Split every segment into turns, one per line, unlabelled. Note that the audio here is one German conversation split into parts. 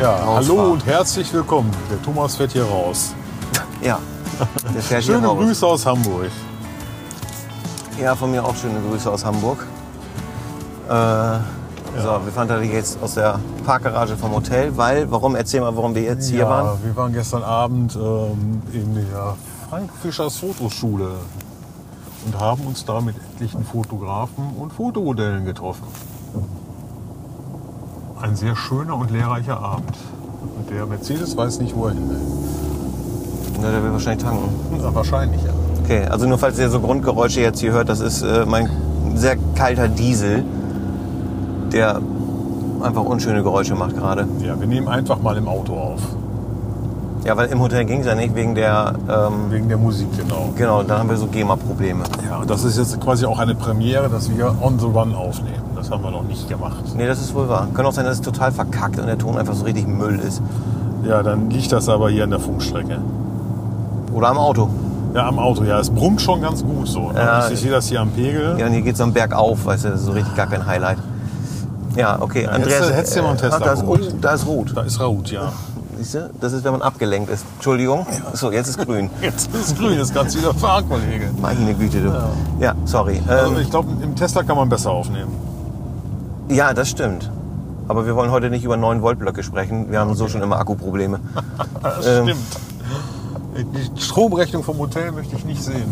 Ja, hallo
rausfahren.
und herzlich willkommen. Der Thomas fährt hier raus.
Ja, der fährt hier
Schöne
raus.
Grüße aus Hamburg.
Ja, von mir auch schöne Grüße aus Hamburg. Äh, So, wir fahren tatsächlich jetzt aus der Parkgarage vom Hotel, weil, warum, erzähl mal, warum wir jetzt hier
ja,
waren.
Wir waren gestern Abend ähm, in der Frank Fischers Fotoschule und haben uns da mit etlichen Fotografen und Fotomodellen getroffen. Ein sehr schöner und lehrreicher Abend. Und der Mercedes weiß nicht, wo er hin will.
Na, der will wahrscheinlich tanken.
Ja, wahrscheinlich, ja.
Okay, also nur falls ihr so Grundgeräusche jetzt hier hört, das ist äh, mein sehr kalter Diesel, der einfach unschöne Geräusche macht gerade.
Ja, wir nehmen einfach mal im Auto auf.
Ja, weil im Hotel ging es ja nicht wegen der, ähm,
Wegen der Musik, genau.
genau, da haben wir so GEMA-Probleme.
Ja, und das ist jetzt quasi auch eine Premiere, dass wir on the run aufnehmen. Das haben wir noch nicht gemacht.
Nee, das ist wohl wahr. Kann auch sein, dass es total verkackt und der Ton einfach so richtig Müll ist.
Ja, dann liegt das aber hier an der Funkstrecke.
Oder am Auto.
Ja, am Auto, ja. Es brummt schon ganz gut so. Ne?
Ja.
ich sehe das hier am Pegel.
Ja, und hier geht's am Berg auf, weißt du, das ist so richtig gar kein Highlight. Ja, okay,
hättest
Andreas.
du- hättest du mal einen Tesla
ah, da, ist,
geholt.
oh, da ist rot.
Da ist Raut, ja.
Siehst du? Das ist, wenn man abgelenkt ist. Entschuldigung. So, jetzt ist grün.
Jetzt ist Ähm. grün, jetzt kannst du wieder fahren, Kollege.
Meine Güte, du. Ja, sorry.
Also
Ähm,
ich glaube, im Tesla kann man besser aufnehmen.
ja, das stimmt. Aber wir wollen heute nicht über 9-Volt-Blöcke sprechen. Wir haben so schon immer Akkuprobleme.
Das stimmt. Die Stromrechnung vom Hotel möchte ich nicht sehen.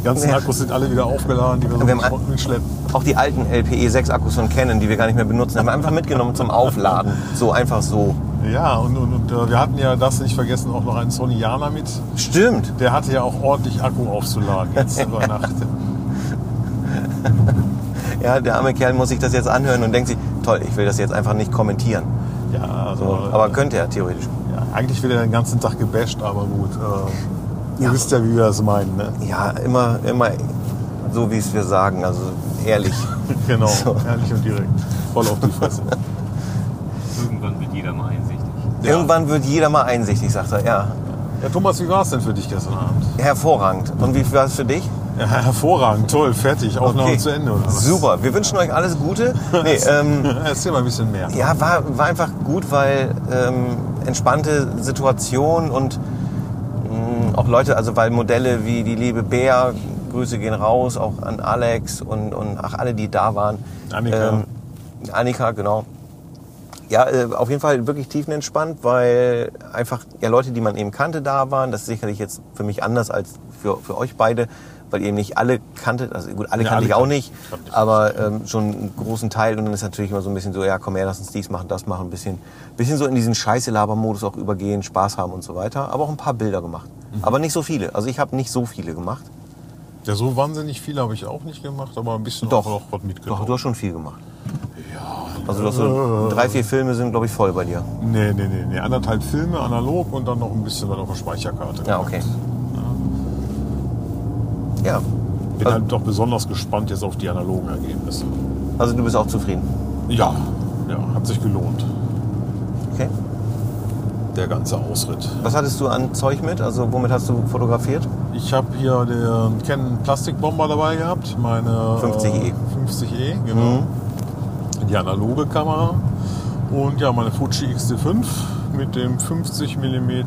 Die ganzen
Ja.
Akkus sind alle wieder aufgeladen, die wir so
Wir haben
mit schleppen.
Auch die alten E LPE-6-Akkus von Canon, die wir gar nicht mehr benutzen, haben wir einfach mitgenommen zum Aufladen. So, einfach so.
Ja, und, und, und äh, wir hatten ja das nicht vergessen, auch noch einen Sonianer mit.
Stimmt.
Der hatte ja auch ordentlich Akku aufzuladen jetzt über Nacht.
Ja, der arme Kerl muss sich das jetzt anhören und denkt sich, toll, ich will das jetzt einfach nicht kommentieren.
Ja, also,
So, aber könnte er theoretisch.
ja, eigentlich wird er den ganzen Tag gebasht, aber gut. Ähm, ihr wisst ja, wie wir das meinen, ne?
Ja, immer, immer so, wie es wir sagen, also ehrlich.
Genau, ehrlich und direkt. Voll auf die Fresse.
Irgendwann wird jeder mal einsichtig.
Irgendwann wird jeder mal einsichtig, sagt er. Ja,
Ja, Thomas, wie war es denn für dich gestern Abend?
hervorragend. Und wie war es für dich?
Ja, hervorragend, toll, fertig, Aufnahme zu Ende. Oder was?
Super, wir wünschen euch alles Gute. Nee, ähm,
Erzähl mal ein bisschen mehr.
ja, war, war einfach gut, weil ähm, entspannte Situation und mh, auch Leute, also weil Modelle wie die liebe Bea, Grüße gehen raus, auch an Alex und, und ach, alle, die da waren.
Annika.
Ähm, Annika, genau. Ja, äh, auf jeden Fall wirklich tiefenentspannt, weil einfach ja Leute, die man eben kannte, da waren. Das ist sicherlich jetzt für mich anders als für, für euch beide, weil ihr eben nicht alle kanntet. Also gut, alle
Ja,
kannte
alle
ich auch
kan-
nicht,
kannte ich
aber ähm, schon einen großen Teil. Und dann ist natürlich immer so ein bisschen so, ja, komm her, lass uns dies machen, das machen. Ein bisschen, bisschen so in diesen Scheiße-Laber-Modus auch übergehen, Spaß haben und so weiter. Aber auch ein paar Bilder gemacht.
Mhm.
Aber nicht so viele. Also ich habe nicht so viele gemacht.
Ja, so wahnsinnig viel habe ich auch nicht gemacht, aber ein bisschen
Doch.
auch noch was
Doch,
mitgenommen.
du hast schon viel gemacht. Ja. Also du hast so drei, vier Filme sind, glaube ich, voll bei dir.
Nee, nee, nee, nee. Anderthalb Filme analog und dann noch ein bisschen was auf der Speicherkarte.
Ja,
gemacht.
okay. Ja.
Bin halt doch besonders gespannt jetzt auf die analogen Ergebnisse.
Also du bist auch zufrieden.
Ja, ja, hat sich gelohnt.
Okay.
Der ganze Ausritt.
Was hattest du an Zeug mit? Also womit hast du fotografiert?
Ich habe hier den Canon Plastikbomber dabei gehabt, meine
50E.
äh, 50E, genau.
Mhm.
Die analoge Kamera und ja, meine Fuji XT5 mit dem 50 mm äh,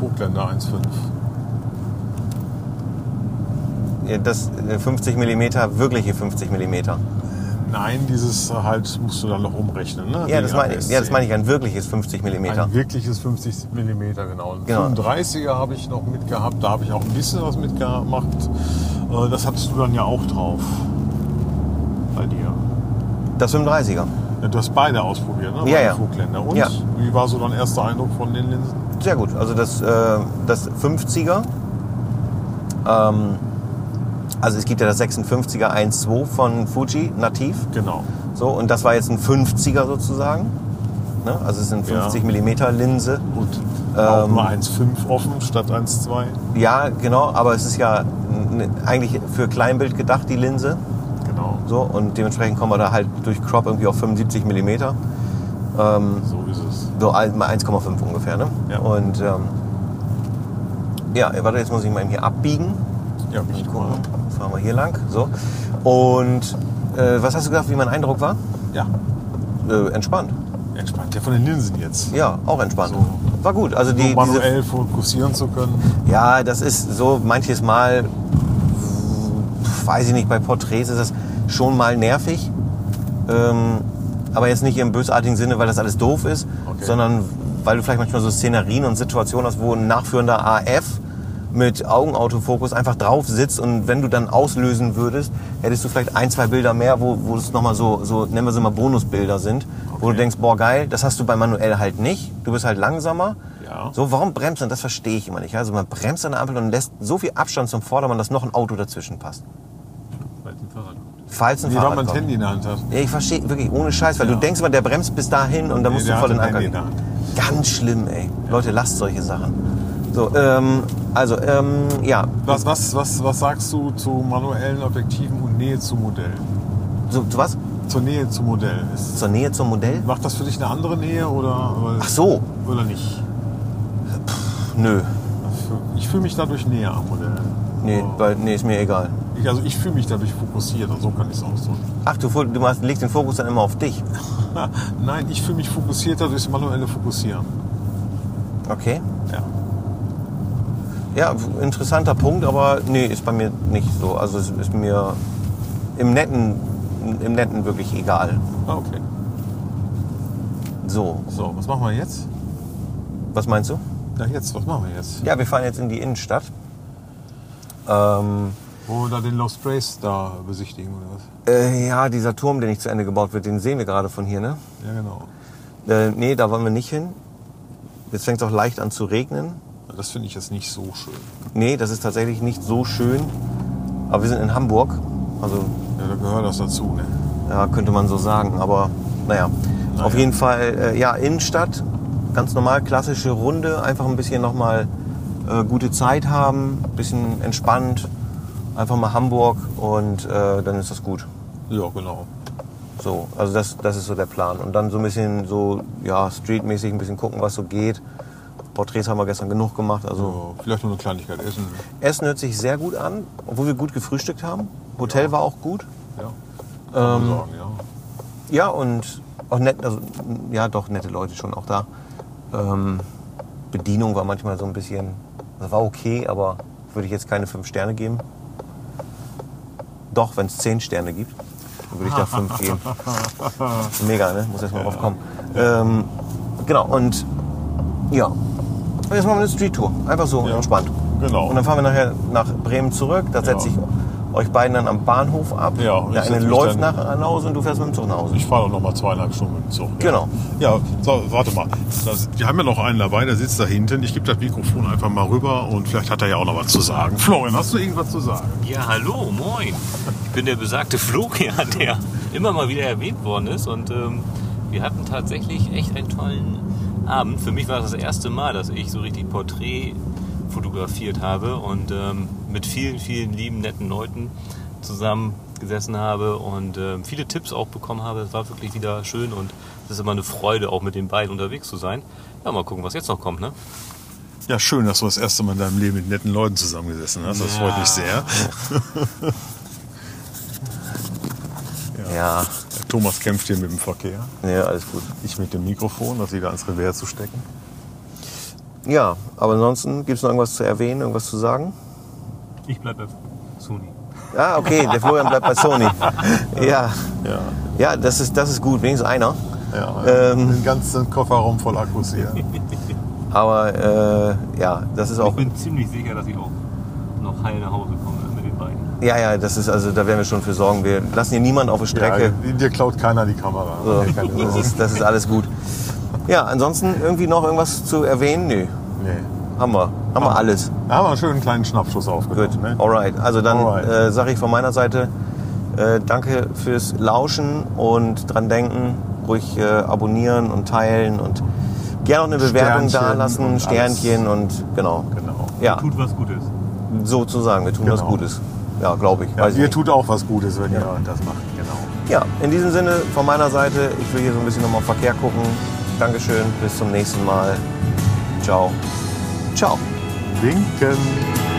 Vogtländer 1.5.
Ja, Das äh, 50 mm, wirkliche 50 mm.
Nein, dieses halt musst du dann noch umrechnen, ne?
Ja,
Die
das meine
APS-C.
ja, das meine ich, ein wirkliches 50 mm.
Ein wirkliches 50 mm, genau. Ein
Genau.
35er habe ich noch mitgehabt, da habe ich auch ein bisschen was mitgemacht. Äh, Das hattest du dann ja auch drauf. Bei dir.
Das 35er.
Ja, du hast beide ausprobiert, ne?
Ja,
Beide
ja.
Vogtländer. Und
Ja.
wie war so dein erster Eindruck von den Linsen?
Sehr gut. Also das, äh, das 50er. Ähm, also es gibt ja das 56er 1.2 von Fuji nativ.
Genau.
So, und das war jetzt ein 50er sozusagen. Ne? Also es ist eine
Ja.
50 mm Linse.
Und auch
Ähm.
nur 1,5 offen statt 1,2.
Ja, genau, aber es ist ja ne- eigentlich für Kleinbild gedacht, die Linse.
Genau,
So, und dementsprechend kommen wir da halt durch Crop irgendwie auf 75 mm.
so ist es.
So ein- mal 1,5 ungefähr, ne?
Ja.
Und ähm, ja, warte, jetzt muss ich mal eben hier abbiegen.
Ja, mich
Gucken, fahren wir hier lang. So. Und äh, was hast du gesagt, wie mein Eindruck war?
Ja,
Äh, entspannt.
entspannt. Der von den Linsen jetzt.
Ja, auch entspannt.
So.
War gut. Also die,
um
diese,
manuell fokussieren zu können.
ja, das ist so manches Mal, pf, weiß ich nicht, bei Porträts ist das schon mal nervig. Ähm, aber jetzt nicht im bösartigen Sinne, weil das alles doof ist,
Okay.
sondern weil du vielleicht manchmal so Szenarien und Situationen hast, wo ein nachführender AF mit Augenautofokus einfach drauf sitzt und wenn du dann auslösen würdest, hättest du vielleicht ein, zwei Bilder mehr, wo, wo es nochmal so, so, nennen wir sie mal Bonusbilder sind, wo du
Okay.
denkst, boah geil, das hast du bei manuell halt nicht, du bist halt langsamer.
Ja.
So, warum bremst man? Das verstehe ich immer nicht. Also man bremst an der Ampel und lässt so viel Abstand zum Vordermann, dass noch ein Auto dazwischen passt.
weil es ein Fahrrad kommt.
Falls ein
Wie
Fahrrad
war mein
kommt.
Handy in der Hand hat.
Ja, ich verstehe wirklich ohne Scheiß, weil du denkst immer, der bremst bis dahin und dann
Nee,
musst
der
du voll
hat
in den
ein
Anker
Handy in
gehen. Ganz schlimm, ey. Leute, lasst solche Sachen. So, ähm, also, ähm, ja,
Was, was, was, was sagst du zu manuellen Objektiven und Nähe zu Modell?
so, zu was?
Zur Nähe zu Modell. Ist,
Zur Nähe zum Modell?
macht das für dich eine andere Nähe oder,
Ach so,
oder nicht? Also,
Pff, nö.
Ich fühle mich dadurch näher am Modell.
Nee,
Aber
weil, nee, ist mir egal.
ich, also ich fühle mich dadurch fokussierter, so kann ich es ausdrücken.
Ach, du, fol- du machst, legst den Fokus dann immer auf dich.
Nein, ich fühle mich fokussierter durchs manuelle Fokussieren.
Okay.
Ja.
Ja, w- interessanter Punkt, aber nee, ist bei mir nicht so. Also, es ist mir im Netten, im Netten wirklich egal.
Ah, Okay.
So,
So, was machen wir jetzt?
was meinst du?
Na jetzt, was machen wir jetzt?
Ja, wir fahren jetzt in die Innenstadt. Ähm,
Wo wir da den Lost Place da besichtigen oder was?
Äh, ja, dieser Turm, der nicht zu Ende gebaut wird, den sehen wir gerade von hier, ne?
Ja, genau.
Äh, nee, da wollen wir nicht hin. Jetzt fängt es auch leicht an zu regnen.
Das finde ich jetzt nicht so schön.
Nee, das ist tatsächlich nicht so schön. Aber wir sind in Hamburg. Also,
Ja, da gehört das dazu, ne?
ja, könnte man so sagen. Aber naja,
Naja.
auf jeden Fall, äh, ja, Innenstadt. Ganz normal, klassische Runde. Einfach ein bisschen nochmal äh, gute Zeit haben. Ein bisschen entspannt. Einfach mal Hamburg und äh, dann ist das gut.
Ja, genau.
So, also das, das ist so der Plan. Und dann so ein bisschen so, ja, streetmäßig ein bisschen gucken, was so geht. Porträts haben wir gestern genug gemacht. Also
So, vielleicht nur eine Kleinigkeit essen.
Essen hört sich sehr gut an, obwohl wir gut gefrühstückt haben. Hotel war auch gut.
Ja. Kann man sagen, ja.
Ja, und auch nett, also ja doch, nette Leute schon auch da. Ähm, Bedienung war manchmal so ein bisschen, also war okay, aber würde ich jetzt keine fünf Sterne geben. Doch, wenn es zehn Sterne gibt, dann würde ich da fünf geben. Mega, ne? Muss erst mal drauf kommen. Ähm, genau, und ja. Und Jetzt machen wir eine Street-Tour. Einfach so
Ja.
entspannt.
Genau.
Und dann fahren wir nachher nach Bremen zurück. Da setze
Ja.
ich euch beiden dann am Bahnhof ab.
Ja, und
Der
ich
eine
setz mich
läuft
dann-
nach Hause und du fährst mit dem Zug nach Hause.
Ich fahre doch noch mal zweieinhalb Stunden mit dem Zug. Ja.
Genau.
Ja, so, warte mal. Das, wir haben ja noch einen dabei, der sitzt da hinten. Ich gebe das Mikrofon einfach mal rüber und vielleicht hat er ja auch noch was zu sagen. Florian, hast du irgendwas zu sagen?
Ja, hallo, moin. Ich bin der besagte Florian, der immer mal wieder erwähnt worden ist. Und ähm, wir hatten tatsächlich echt einen tollen Abend. Für mich war das das erste Mal, dass ich so richtig Porträt fotografiert habe und ähm, mit vielen, vielen lieben, netten Leuten zusammengesessen habe und ähm, viele Tipps auch bekommen habe. Es war wirklich wieder schön und es ist immer eine Freude, auch mit den beiden unterwegs zu sein. Ja, mal gucken, was jetzt noch kommt, ne?
Ja, schön, dass du das erste Mal in deinem Leben mit netten Leuten zusammengesessen hast. Das
Ja.
freut mich sehr.
Ja,
Der Thomas kämpft hier mit dem Verkehr.
nee, alles gut.
Ich mit dem Mikrofon, das wieder ans Revers zu stecken.
Ja, aber ansonsten gibt es noch irgendwas zu erwähnen, irgendwas zu sagen?
Ich bleibe Sony.
Ah, okay, der Florian bleibt bei Sony. Ja,
Ja.
ja das, ist, das ist gut, wenigstens einer.
Ja,
Ähm.
den ganzen Kofferraum voll Akkus hier.
Aber äh, ja, das ist auch.
Ich bin ziemlich sicher, dass ich auch noch heil nach Hause komme mit den beiden.
Ja, ja, das ist also, da werden wir schon für sorgen. Wir lassen hier niemanden auf der Strecke.
Ja, dir klaut keiner die Kamera.
So,
Nee, keine
das,
Sorge.
ist, das ist alles gut. Ja, ansonsten irgendwie noch irgendwas zu erwähnen? Nö,
Nee.
haben wir. Haben
Ah.
wir alles.
Da haben wir einen schönen kleinen Schnappschuss aufgenommen.
Gut,
Ne?
alright. Also dann
Alright.
äh, sage ich von meiner Seite äh, danke fürs Lauschen und dran denken. Ruhig äh, abonnieren und teilen und gerne auch eine Bewertung
Sternchen
da lassen,
und
Sternchen und genau.
Genau.
Ja,
Tut was Gutes.
sozusagen, wir tun was
Genau.
Gutes. Ja, glaube ich.
Ja,
weiß ich
ihr
nicht.
tut auch was Gutes, wenn ihr das macht. Genau.
ja, in diesem Sinne von meiner Seite, ich will hier so ein bisschen nochmal auf Verkehr gucken. Dankeschön, bis zum nächsten Mal. Ciao. Ciao.
Winken.